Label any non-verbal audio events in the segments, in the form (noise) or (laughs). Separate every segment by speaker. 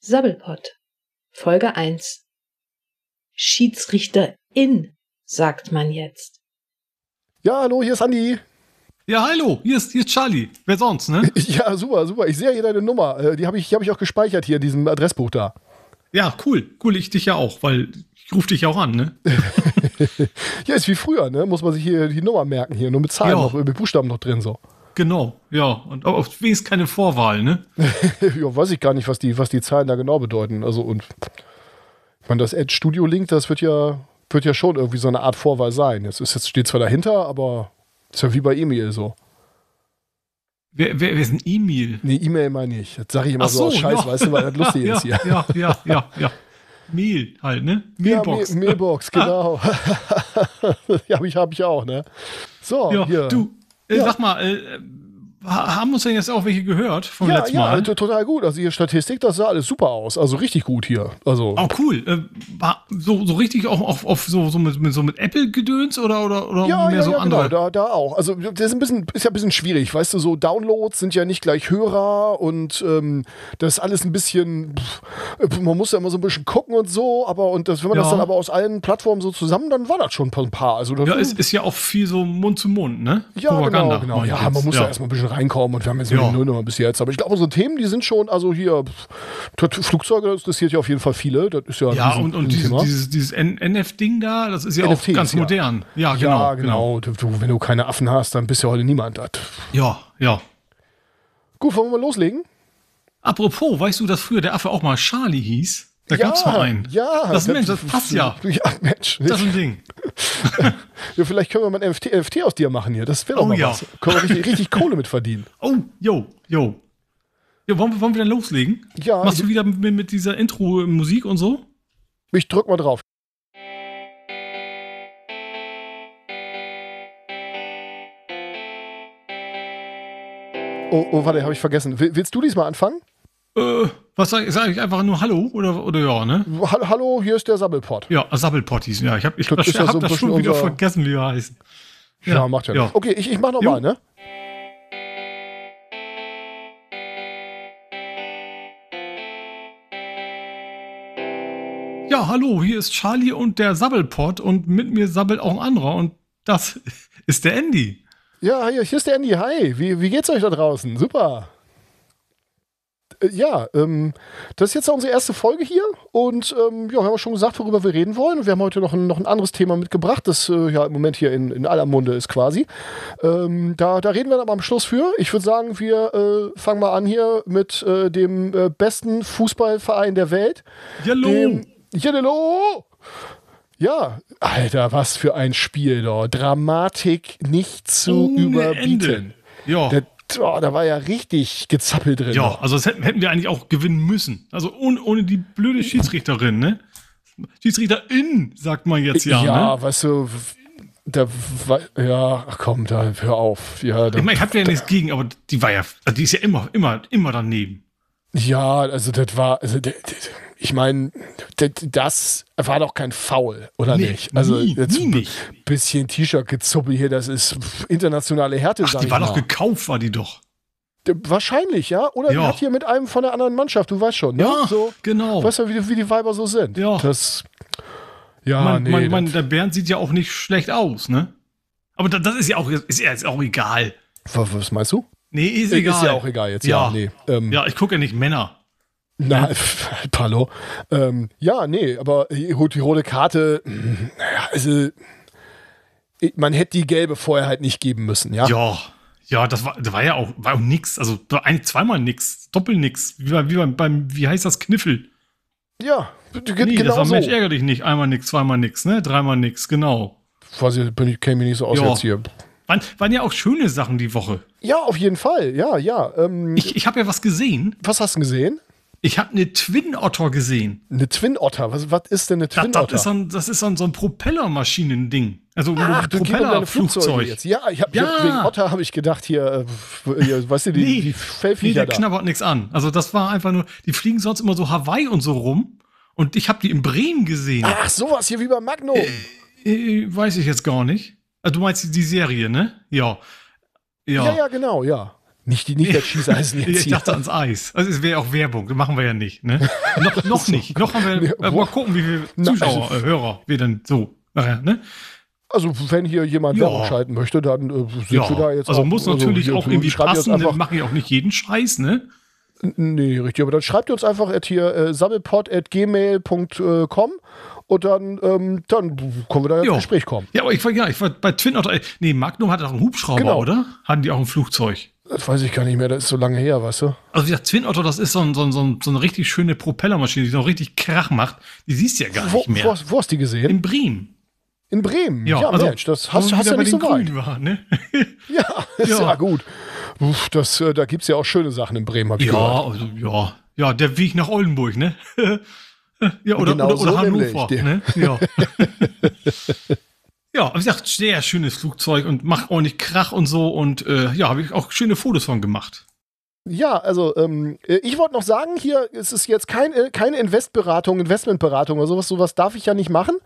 Speaker 1: Sabbelpott. Folge 1. Schiedsrichterin, sagt man jetzt.
Speaker 2: Ja, hallo, hier ist Andi. (laughs)
Speaker 3: Ja, hallo, hier ist, hier ist Charlie. Wer sonst, ne?
Speaker 2: Ja, super, super. Ich sehe hier deine Nummer. Äh, Die habe ich, die hab ich auch gespeichert hier in diesem Adressbuch da.
Speaker 3: Ja, cool. Cool, ich dich ja auch, weil ich rufe dich ja auch an, ne?
Speaker 2: Ja, ist wie früher, ne? Muss man sich hier die Nummer merken hier, nur mit Zahlen
Speaker 3: Ja.
Speaker 2: noch, äh, mit Buchstaben noch drin so. (laughs)
Speaker 3: Genau, ja. Und aber auf wenigstens keine Vorwahl, ne?
Speaker 2: ja, weiß ich gar nicht, was die, was die Zahlen da genau bedeuten. Also und ich meine, das Ad Studio Link, das wird ja, wird ja schon irgendwie so eine Art Vorwahl sein. Jetzt ist jetzt steht zwar dahinter, aber ist ja wie bei Emil so.
Speaker 3: Wer, wer, wer ist ein Emil?
Speaker 2: Nee, E-Mail meine ich. Das sage ich immer so, aus Scheiß,
Speaker 3: ja.
Speaker 2: weißt du,
Speaker 3: (laughs)
Speaker 2: weil das lustig
Speaker 3: ja,
Speaker 2: ist hier.
Speaker 3: Ja, ja, ja, ja. Mehl halt, ne? Mehlbox.
Speaker 2: Ja, Me- Mailbox,
Speaker 3: (laughs)
Speaker 2: genau. (laughs) ja, hab ich, hab ich auch, ne? So,
Speaker 3: Ja,
Speaker 2: hier.
Speaker 3: du, äh,
Speaker 2: Ja.
Speaker 3: sag mal, äh, ha- haben uns denn jetzt auch welche gehört vom
Speaker 2: ja,
Speaker 3: letzten
Speaker 2: ja,
Speaker 3: Mal?
Speaker 2: also total gut. Also, hier Statistik, das sah alles super aus. Also, richtig gut hier. Also,
Speaker 3: Oh, cool. Äh, war so, so richtig auch auf, auf so, so, mit, mit, so mit Apple-Gedöns oder, oder, oder
Speaker 2: ja,
Speaker 3: mehr
Speaker 2: ja,
Speaker 3: so
Speaker 2: ja,
Speaker 3: andere?
Speaker 2: genau, da, da auch. Also, das ist, ein bisschen, ist ja ein bisschen schwierig, weißt du, so Downloads sind ja nicht gleich Hörer und ähm, das ist alles ein bisschen, pff, man muss ja immer so ein bisschen gucken und so, aber und das, wenn man
Speaker 3: Ja.
Speaker 2: das dann aber aus allen Plattformen so zusammen, dann war das schon ein paar. Also, das
Speaker 3: Ja, es ist ja auch viel so Mund zu Mund, ne?
Speaker 2: Ja, genau, genau.
Speaker 3: meine ich
Speaker 2: Ja, man
Speaker 3: jetzt.
Speaker 2: muss ja. erstmal ein bisschen reinkommen und wir haben jetzt
Speaker 3: Ja.
Speaker 2: nur die Nummer bis jetzt. Aber ich glaube, unsere Themen, die sind schon, also hier, pff, Tat- Flugzeuge, das interessiert ja auf jeden Fall viele. Das ist ja, ein
Speaker 3: Ja,
Speaker 2: riesen-
Speaker 3: und, und
Speaker 2: riesen
Speaker 3: dieses,
Speaker 2: Thema.
Speaker 3: dieses, dieses N- NF-Ding da, das ist ja auch
Speaker 2: NFTs,
Speaker 3: ganz
Speaker 2: ja.
Speaker 3: modern. Ja, genau.
Speaker 2: ja, genau. Du, wenn du keine Affen hast, dann bist ja heute niemand. Das.
Speaker 3: Ja, ja.
Speaker 2: Gut, wollen wir mal loslegen?
Speaker 3: Apropos, weißt du, dass früher der Affe auch mal Charlie hieß? Da gab's mal einen.
Speaker 2: Ja,
Speaker 3: Das Mensch, das passt ja.
Speaker 2: (laughs) Ja, Mensch.
Speaker 3: Das ist ein Ding.
Speaker 2: ja, vielleicht können wir mal ein NFT, NFT aus dir machen hier. Das wäre doch
Speaker 3: Oh,
Speaker 2: mal
Speaker 3: ja.
Speaker 2: was. Können wir richtig, richtig Kohle mit verdienen.
Speaker 3: Oh, yo, yo. Ja, wollen, wir- wollen wir dann loslegen?
Speaker 2: Ah, Ja,
Speaker 3: (laughs) Machst
Speaker 2: ich,
Speaker 3: du wieder mit, mit dieser Intro-Musik und so?
Speaker 2: ich drück mal drauf. Oh, oh warte, habe ich vergessen. Will- Willst du diesmal anfangen?
Speaker 3: Äh, was sag, sag ich einfach nur Hallo oder, oder ja, ne?
Speaker 2: Ha- Hallo, hier ist der Sammelpot.
Speaker 3: Ja, Sabbelpotties. Ja, ich habe ich
Speaker 2: Das ist ja
Speaker 3: hab
Speaker 2: so ein
Speaker 3: das schon
Speaker 2: bisschen
Speaker 3: wieder
Speaker 2: unser-
Speaker 3: vergessen, wie wir heißen.
Speaker 2: Ja, macht ja, nichts. Okay, ich, ich mach
Speaker 3: Jo.
Speaker 2: nochmal, ne?
Speaker 3: Ja, hallo, hier ist Charlie und der Sabbelpot und mit mir sabbelt auch ein anderer und das (laughs) ist der Andy.
Speaker 2: Ja, hier, hier ist der Andy. Hi, wie, wie geht's euch da draußen? Super. Äh, Ja, ähm, das ist jetzt auch unsere erste Folge hier und ähm, ja, wir haben schon gesagt, worüber wir reden wollen. Wir haben heute noch ein, noch ein anderes Thema mitgebracht, das äh, ja im Moment hier in, in aller Munde ist quasi. Ähm, da, da reden wir dann aber am Schluss für. Ich würde sagen, wir äh, fangen mal an hier mit äh, dem äh, besten Fußballverein der Welt,
Speaker 3: Hallo.
Speaker 2: dem Jeddelo. Ja, Alter, was für ein Spiel da. Dramatik nicht zu
Speaker 3: Ohne
Speaker 2: überbieten.
Speaker 3: Ende. Ja.
Speaker 2: Der, oh, da war ja richtig gezappelt drin.
Speaker 3: ja, also das hätten, hätten wir eigentlich auch gewinnen müssen. Also ohne, ohne die blöde Schiedsrichterin, ne? Schiedsrichterin, sagt man jetzt ja,
Speaker 2: Äh, ja,
Speaker 3: ne?
Speaker 2: weißt du, w- da war, ja, ach komm, da hör auf. Ja, da,
Speaker 3: Ich meine, ich hab ja nichts gegen, aber die war ja, also die ist ja immer, immer, immer daneben.
Speaker 2: ja also das war, also, d- d- ich meine, d- das war doch kein Foul, oder
Speaker 3: Nee,
Speaker 2: nicht? Also
Speaker 3: nie,
Speaker 2: jetzt
Speaker 3: nie
Speaker 2: ein bi-
Speaker 3: nicht.
Speaker 2: bisschen T-Shirt-Gezuppel hier, das ist internationale Härte,
Speaker 3: Ach,
Speaker 2: sag
Speaker 3: die
Speaker 2: ich
Speaker 3: war
Speaker 2: mal.
Speaker 3: doch gekauft, war die doch.
Speaker 2: D- Wahrscheinlich, ja. Oder
Speaker 3: Ja.
Speaker 2: er hat hier mit einem von der anderen Mannschaft, du weißt schon, ne?
Speaker 3: Ja,
Speaker 2: so,
Speaker 3: genau.
Speaker 2: Weißt du, wie, die- wie die Weiber so sind?
Speaker 3: Ja.
Speaker 2: Das. Ja,
Speaker 3: man,
Speaker 2: Ah, nee.
Speaker 3: man, man,
Speaker 2: das-
Speaker 3: der Bernd sieht ja auch nicht schlecht aus, ne? Aber da, das ist ja auch, ist ja jetzt auch egal.
Speaker 2: Wa- was meinst du?
Speaker 3: Nee, ist egal.
Speaker 2: Ist ja auch egal jetzt. Ja,
Speaker 3: Ja.
Speaker 2: nee. Ähm,
Speaker 3: Ja, ich gucke ja nicht Männer.
Speaker 2: Na, (laughs) Palo. Ähm, ja, nee, aber äh, gut, die rote Karte, mh, naja, also. ich- Man hätte die gelbe vorher halt nicht geben müssen, ja?
Speaker 3: Ja, ja, das war, das war ja auch, war auch nix. Also da war ein, zweimal nix, doppel nix. Wie, bei- wie beim, beim, wie heißt das Kniffel?
Speaker 2: Ja, ge-
Speaker 3: Nee,
Speaker 2: genau
Speaker 3: das war
Speaker 2: so.
Speaker 3: Mensch, ärger dich nicht. Einmal nix, zweimal nix, ne? Dreimal nix, genau.
Speaker 2: Weiß ich, bin ich, kenne mich nicht so aus
Speaker 3: Ja.
Speaker 2: jetzt hier.
Speaker 3: Waren, waren ja auch schöne Sachen die Woche.
Speaker 2: Ja, auf jeden Fall, ja, ja. Ähm,
Speaker 3: Ich, ich habe ja was gesehen.
Speaker 2: was hast du denn gesehen?
Speaker 3: Ich habe eine Twin Otter gesehen.
Speaker 2: Eine Twin Otter. Was, was ist denn eine
Speaker 3: Das,
Speaker 2: Twin
Speaker 3: das
Speaker 2: Otter?
Speaker 3: ist so ein, das ist so ein, so ein Propellermaschinending. Also ein
Speaker 2: du gehst um deine Flugzeuge jetzt. Ja, ich hab, ich hab,
Speaker 3: Ja.
Speaker 2: wegen Otter habe ich gedacht, hier, äh, hier, weißt du, die,
Speaker 3: Nee.
Speaker 2: die
Speaker 3: Nee,
Speaker 2: Fellviecher
Speaker 3: der
Speaker 2: da.
Speaker 3: knabbert nichts an. Also das war einfach nur, die fliegen sonst immer so Hawaii und so rum. Und ich habe die in Bremen gesehen.
Speaker 2: Ach, sowas hier wie bei Magnum.
Speaker 3: Äh, weiß ich jetzt gar nicht. Also du meinst die- die Serie, ne? Ja. Ja.
Speaker 2: Ja, ja, genau, ja. Nicht die Niederschießer heißen jetzt
Speaker 3: (laughs) Ich
Speaker 2: hier.
Speaker 3: dachte ans Eis. Also es wäre auch Werbung, das machen wir ja nicht.
Speaker 2: (laughs)
Speaker 3: Ne? Noch, noch nicht. Noch haben wir.
Speaker 2: Ja,
Speaker 3: äh,
Speaker 2: boah.
Speaker 3: mal gucken, wie viele
Speaker 2: Na,
Speaker 3: Zuschauer, äh, Hörer wir dann so. Nachher, ne?
Speaker 2: Also wenn hier jemand
Speaker 3: Ja.
Speaker 2: Werbung schalten möchte, dann äh, sind wir da jetzt
Speaker 3: also
Speaker 2: auch-
Speaker 3: muss natürlich
Speaker 2: hier,
Speaker 3: auch irgendwie
Speaker 2: schreibt ihr uns
Speaker 3: passen, dann
Speaker 2: Einfach,
Speaker 3: mache ich auch nicht jeden Scheiß, ne?
Speaker 2: nee, richtig. Aber dann schreibt ihr uns einfach at hier äh, sammelpod.gmail.com und dann, ähm, dann können wir da ins
Speaker 3: Jo.
Speaker 2: Gespräch kommen.
Speaker 3: Ja, aber ich war, ja, ich war bei Twin auch. Nee, Magnum hatte auch einen Hubschrauber,
Speaker 2: Genau.
Speaker 3: oder? Hatten die auch ein Flugzeug?
Speaker 2: Das weiß ich gar nicht mehr, das ist so lange her, weißt du?
Speaker 3: Also wie gesagt, Twin Otter, das ist so, ein, so, ein, so, ein, so eine richtig schöne Propellermaschine, die noch richtig Krach macht. Die siehst du ja gar
Speaker 2: Wo,
Speaker 3: nicht mehr.
Speaker 2: wo, hast- wo hast du die gesehen?
Speaker 3: In Bremen.
Speaker 2: In Bremen. Ja, also Mensch, das hast,
Speaker 3: wo wir
Speaker 2: hast
Speaker 3: wieder
Speaker 2: ja
Speaker 3: bei
Speaker 2: nicht so
Speaker 3: den
Speaker 2: weit.
Speaker 3: Grünen waren, ne?
Speaker 2: Ja, (laughs) ist ja,
Speaker 3: Ja.
Speaker 2: gut. Uff, das, äh, da gibt es ja auch schöne Sachen in Bremen, hab ich
Speaker 3: (laughs) Ja,
Speaker 2: gehört.
Speaker 3: also ja. Ja, der Weg nach Oldenburg, ne? (laughs) ja, oder,
Speaker 2: Genau
Speaker 3: oder, oder
Speaker 2: so
Speaker 3: Hannover,
Speaker 2: nämlich.
Speaker 3: ne? Ja. (laughs) ja, aber wie gesagt, sehr schönes Flugzeug und macht ordentlich Krach und so und äh, ja, habe ich auch schöne Fotos von gemacht.
Speaker 2: Ja, also ähm, äh, ich wollte noch sagen, hier es ist jetzt kein, äh, keine Investberatung, Investmentberatung oder sowas, sowas darf ich ja nicht machen.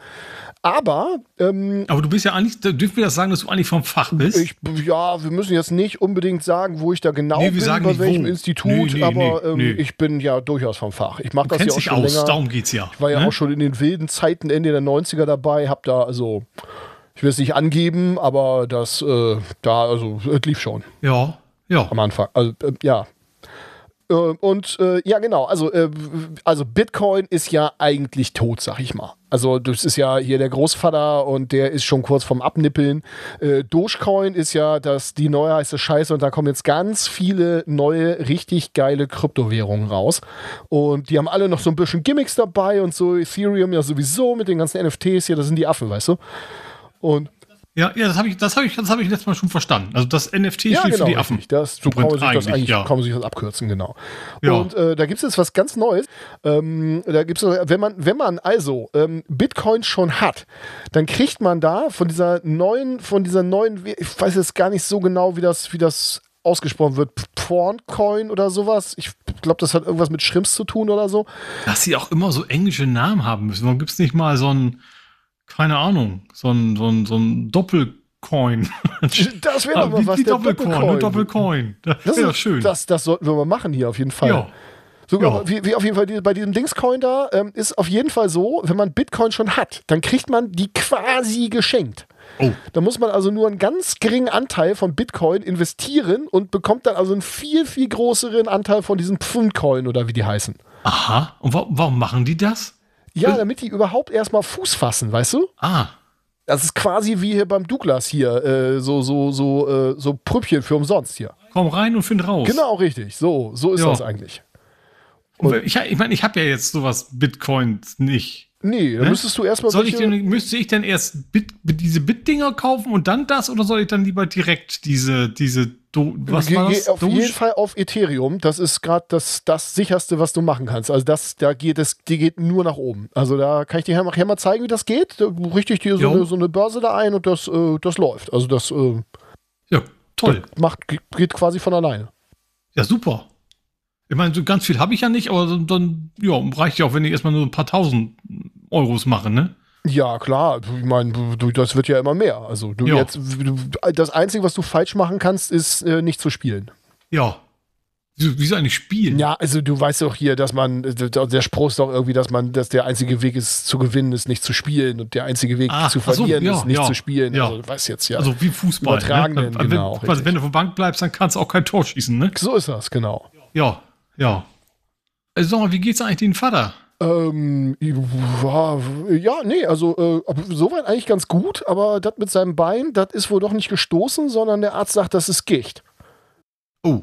Speaker 2: Aber ähm,
Speaker 3: Aber du bist ja eigentlich, da dürfen wir das sagen, dass du eigentlich vom Fach bist?
Speaker 2: ich, ja, wir müssen jetzt nicht unbedingt sagen, wo ich da genau
Speaker 3: Nee, wir
Speaker 2: bin,
Speaker 3: sagen
Speaker 2: bei
Speaker 3: nicht
Speaker 2: welchem
Speaker 3: wo.
Speaker 2: Institut,
Speaker 3: Nee, nee,
Speaker 2: aber
Speaker 3: nee,
Speaker 2: ähm,
Speaker 3: nee.
Speaker 2: ich bin ja durchaus vom Fach. Ich mache
Speaker 3: du
Speaker 2: das ja
Speaker 3: kennst
Speaker 2: auch
Speaker 3: dich
Speaker 2: schon
Speaker 3: aus,
Speaker 2: länger.
Speaker 3: darum geht's ja.
Speaker 2: Ich war ja
Speaker 3: ne?
Speaker 2: auch schon in den wilden Zeiten Ende der 90er dabei, hab da also, ich will es nicht angeben, aber das äh, da, also es lief schon.
Speaker 3: Ja, ja.
Speaker 2: am Anfang. Also äh, ja. Äh, Und äh, ja, genau. Also, äh, also Bitcoin ist ja eigentlich tot, sag ich mal. Also das ist ja hier der Großvater und der ist schon kurz vorm Abnippeln. Äh, Dogecoin ist ja das, die neue heiße Scheiße und da kommen jetzt ganz viele neue, richtig geile Kryptowährungen raus. Und die haben alle noch so ein bisschen Gimmicks dabei und so Ethereum ja sowieso mit den ganzen NFTs hier, das sind die Affen, weißt du? Und
Speaker 3: Ja, ja, das habe ich, das habe ich, das habe ich letztes Mal schon verstanden. Also das NFT steht für die
Speaker 2: genau,
Speaker 3: Affen.
Speaker 2: richtig. Das, so
Speaker 3: Im
Speaker 2: kann man sich
Speaker 3: Prinzip
Speaker 2: das eigentlich
Speaker 3: ja.
Speaker 2: kann man sich das abkürzen, genau.
Speaker 3: Ja.
Speaker 2: Und äh, da gibt es jetzt was ganz Neues. Ähm, da gibt's, wenn man, wenn man also ähm, Bitcoin schon hat, dann kriegt man da von dieser neuen, von dieser neuen, ich weiß jetzt gar nicht so genau, wie das, wie das ausgesprochen wird, Porncoin oder sowas. Ich glaube, das hat irgendwas mit Schrimps zu tun oder so.
Speaker 3: Dass sie auch immer so englische Namen haben müssen. Warum gibt es nicht mal so ein, keine Ahnung, so ein, so ein, so ein Doppelcoin?
Speaker 2: Das
Speaker 3: (laughs)
Speaker 2: wäre doch mal was.
Speaker 3: die
Speaker 2: der
Speaker 3: Doppelcoin, ne? Doppelcoin. Das
Speaker 2: Das,
Speaker 3: wäre
Speaker 2: ist,
Speaker 3: doch schön.
Speaker 2: das, das sollten wir mal machen hier auf jeden Fall.
Speaker 3: Ja.
Speaker 2: So,
Speaker 3: Ja.
Speaker 2: wie, wie auf jeden Fall die- bei diesem Dingscoin da ähm, ist auf jeden Fall so, wenn man Bitcoin schon hat, dann kriegt man die quasi geschenkt.
Speaker 3: Oh,
Speaker 2: Da muss man also nur einen ganz geringen Anteil von Bitcoin investieren und bekommt dann also einen viel, viel größeren Anteil von diesen Pfundcoin oder wie die heißen.
Speaker 3: aha. Und wa warum machen die das? Hm.
Speaker 2: Ja, damit die überhaupt erstmal Fuß fassen, weißt du?
Speaker 3: Ah,
Speaker 2: Das ist quasi wie hier beim Douglas hier, äh, so, so, so, äh, so Prüppchen für umsonst hier.
Speaker 3: komm rein und find raus.
Speaker 2: Genau, richtig. So, so ist
Speaker 3: Ja.
Speaker 2: das eigentlich.
Speaker 3: Und ich ich meine, ich habe ja jetzt sowas Bitcoins nicht.
Speaker 2: Nee, da müsstest du erstmal
Speaker 3: Soll ich
Speaker 2: welche-
Speaker 3: denn, müsste ich denn erst Bit, diese Bit-Dinger kaufen und dann das oder soll ich dann lieber direkt diese, diese, Do, was
Speaker 2: Ge-
Speaker 3: war
Speaker 2: ge-
Speaker 3: das?
Speaker 2: Auf jeden
Speaker 3: Doge?
Speaker 2: Fall auf Ethereum. Das ist gerade das, das sicherste, was du machen kannst. Also das, da geht es, die geht nur nach oben. Also da kann ich dir nachher mal zeigen, wie das geht. Da richte ich dir so
Speaker 3: Jo.
Speaker 2: eine, so eine Börse da ein und das, äh, das läuft. Also das äh,
Speaker 3: Ja, toll.
Speaker 2: macht, ge- geht quasi von alleine.
Speaker 3: Ja, super. Ich meine, so ganz viel habe ich ja nicht, aber so- dann, ja, reicht ja auch, wenn ich erstmal nur ein paar tausend Euros mache, ne?
Speaker 2: Ja, klar. Ich meine, du- das wird ja immer mehr. Also du
Speaker 3: Ja.
Speaker 2: jetzt, du, das Einzige, was du falsch machen kannst, ist äh, nicht zu spielen.
Speaker 3: Ja. Wieso, wieso eigentlich spielen?
Speaker 2: Ja, also du weißt doch hier, dass man, äh, der Spruch ist doch irgendwie, dass man, dass der einzige Weg ist zu gewinnen, ist nicht zu spielen und der einzige Weg
Speaker 3: Ah,
Speaker 2: zu
Speaker 3: ach so,
Speaker 2: verlieren
Speaker 3: ja,
Speaker 2: ist nicht
Speaker 3: ja,
Speaker 2: zu spielen.
Speaker 3: ja.
Speaker 2: Also du weißt jetzt ja.
Speaker 3: Also wie Fußball.
Speaker 2: Übertragenen,
Speaker 3: ne? wenn,
Speaker 2: genau,
Speaker 3: wenn,
Speaker 2: richtig.
Speaker 3: wenn du auf der Bank bleibst, dann kannst du auch kein Tor schießen, ne?
Speaker 2: so ist das, genau.
Speaker 3: Ja, ja. Also, sag mal, wie geht's eigentlich den Vater?
Speaker 2: Ähm, ja, ja, nee, also äh, ab- soweit eigentlich ganz gut, aber das mit seinem Bein, das ist wohl doch nicht gestoßen, sondern der Arzt sagt, das ist Gicht.
Speaker 3: Oh,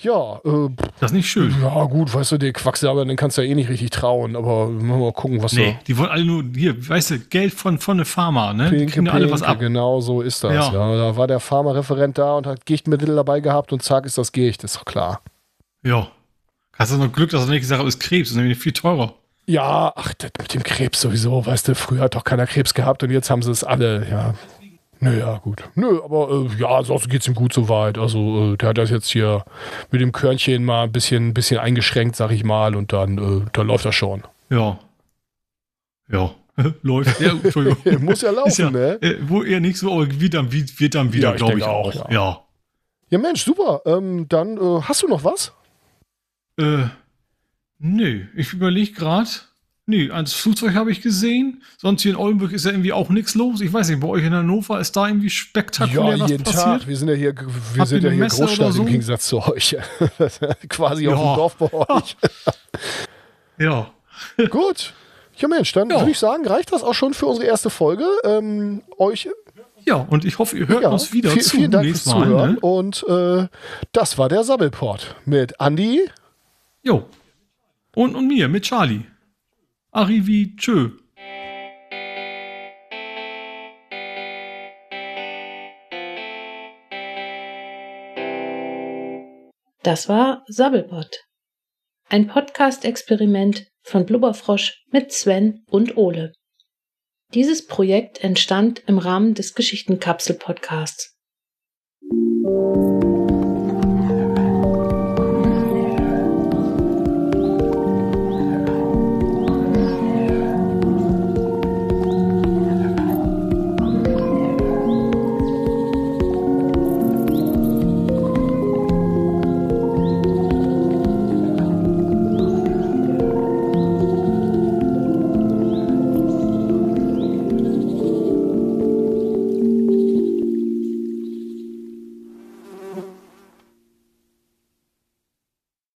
Speaker 2: Ja, äh,
Speaker 3: das ist nicht schön.
Speaker 2: ja, gut, weißt du, der Quacksalber, den kannst du ja eh nicht richtig trauen, aber mal gucken, was
Speaker 3: Nee, die wollen alle nur, hier, weißt du, Geld von, von der Pharma, ne? die kriegen ja alle was ab.
Speaker 2: Genau so ist das. Ja.
Speaker 3: Ja.
Speaker 2: da war der Pharmareferent da und hat Gichtmittel dabei gehabt und zack ist das Gicht, ist doch klar.
Speaker 3: Ja. Hast du noch Glück, dass er nicht gesagt hat, ist Krebs, ist nämlich viel teurer.
Speaker 2: Ja, ach, das mit dem Krebs sowieso, weißt du, früher hat doch keiner Krebs gehabt und jetzt haben sie es alle, ja. Naja, gut. Nö, aber äh, ja, sonst geht's ihm gut soweit. Also, äh, der hat das jetzt hier mit dem Körnchen mal ein bisschen, bisschen eingeschränkt, sag ich mal, und dann, äh, dann läuft das schon.
Speaker 3: Ja. Ja. (laughs) Läuft. Ja,
Speaker 2: (laughs)
Speaker 3: Entschuldigung.
Speaker 2: (laughs) Muss ja laufen,
Speaker 3: Ist ja,
Speaker 2: ne?
Speaker 3: äh, Wo eher nicht so, aber wird dann, wie- wird dann wieder,
Speaker 2: Ja, ich
Speaker 3: glaube ich,
Speaker 2: denke auch,
Speaker 3: auch. Ja.
Speaker 2: Ja, Mensch, super. Ähm, dann äh, hast du noch was?
Speaker 3: Äh, nö, ich überlege gerade. Nee, ans Flugzeug habe ich gesehen. Sonst hier in Oldenburg ist ja irgendwie auch nichts los. Ich weiß nicht, bei euch in Hannover ist da irgendwie spektakulär was passiert.
Speaker 2: Wir sind ja hier, wir
Speaker 3: Habt
Speaker 2: sind ja
Speaker 3: ihr eine
Speaker 2: hier
Speaker 3: Messe oder
Speaker 2: Großstadt
Speaker 3: so?
Speaker 2: im Gegensatz zu euch. (laughs) Quasi
Speaker 3: Ja.
Speaker 2: auf
Speaker 3: (laughs)
Speaker 2: dem Dorf bei euch.
Speaker 3: Ja.
Speaker 2: Gut. Ja, Mensch, dann
Speaker 3: Ja.
Speaker 2: würde ich sagen, reicht das auch schon für unsere erste Folge. Ähm, euch
Speaker 3: Ja, und ich hoffe, ihr hört
Speaker 2: ja,
Speaker 3: uns wieder
Speaker 2: viel,
Speaker 3: zu
Speaker 2: vielen Dank fürs
Speaker 3: nächstes Mal.
Speaker 2: Zuhören.
Speaker 3: Ne?
Speaker 2: Und äh, das war der Sabbelport mit Andi.
Speaker 3: Jo. Und, und mir, mit Charlie. Arrivi, tschö.
Speaker 1: Das war Sabbelbot. Ein Podcast-Experiment von Blubberfrosch mit Sven und Ole. Dieses Projekt entstand im Rahmen des Geschichtenkapsel-Podcasts.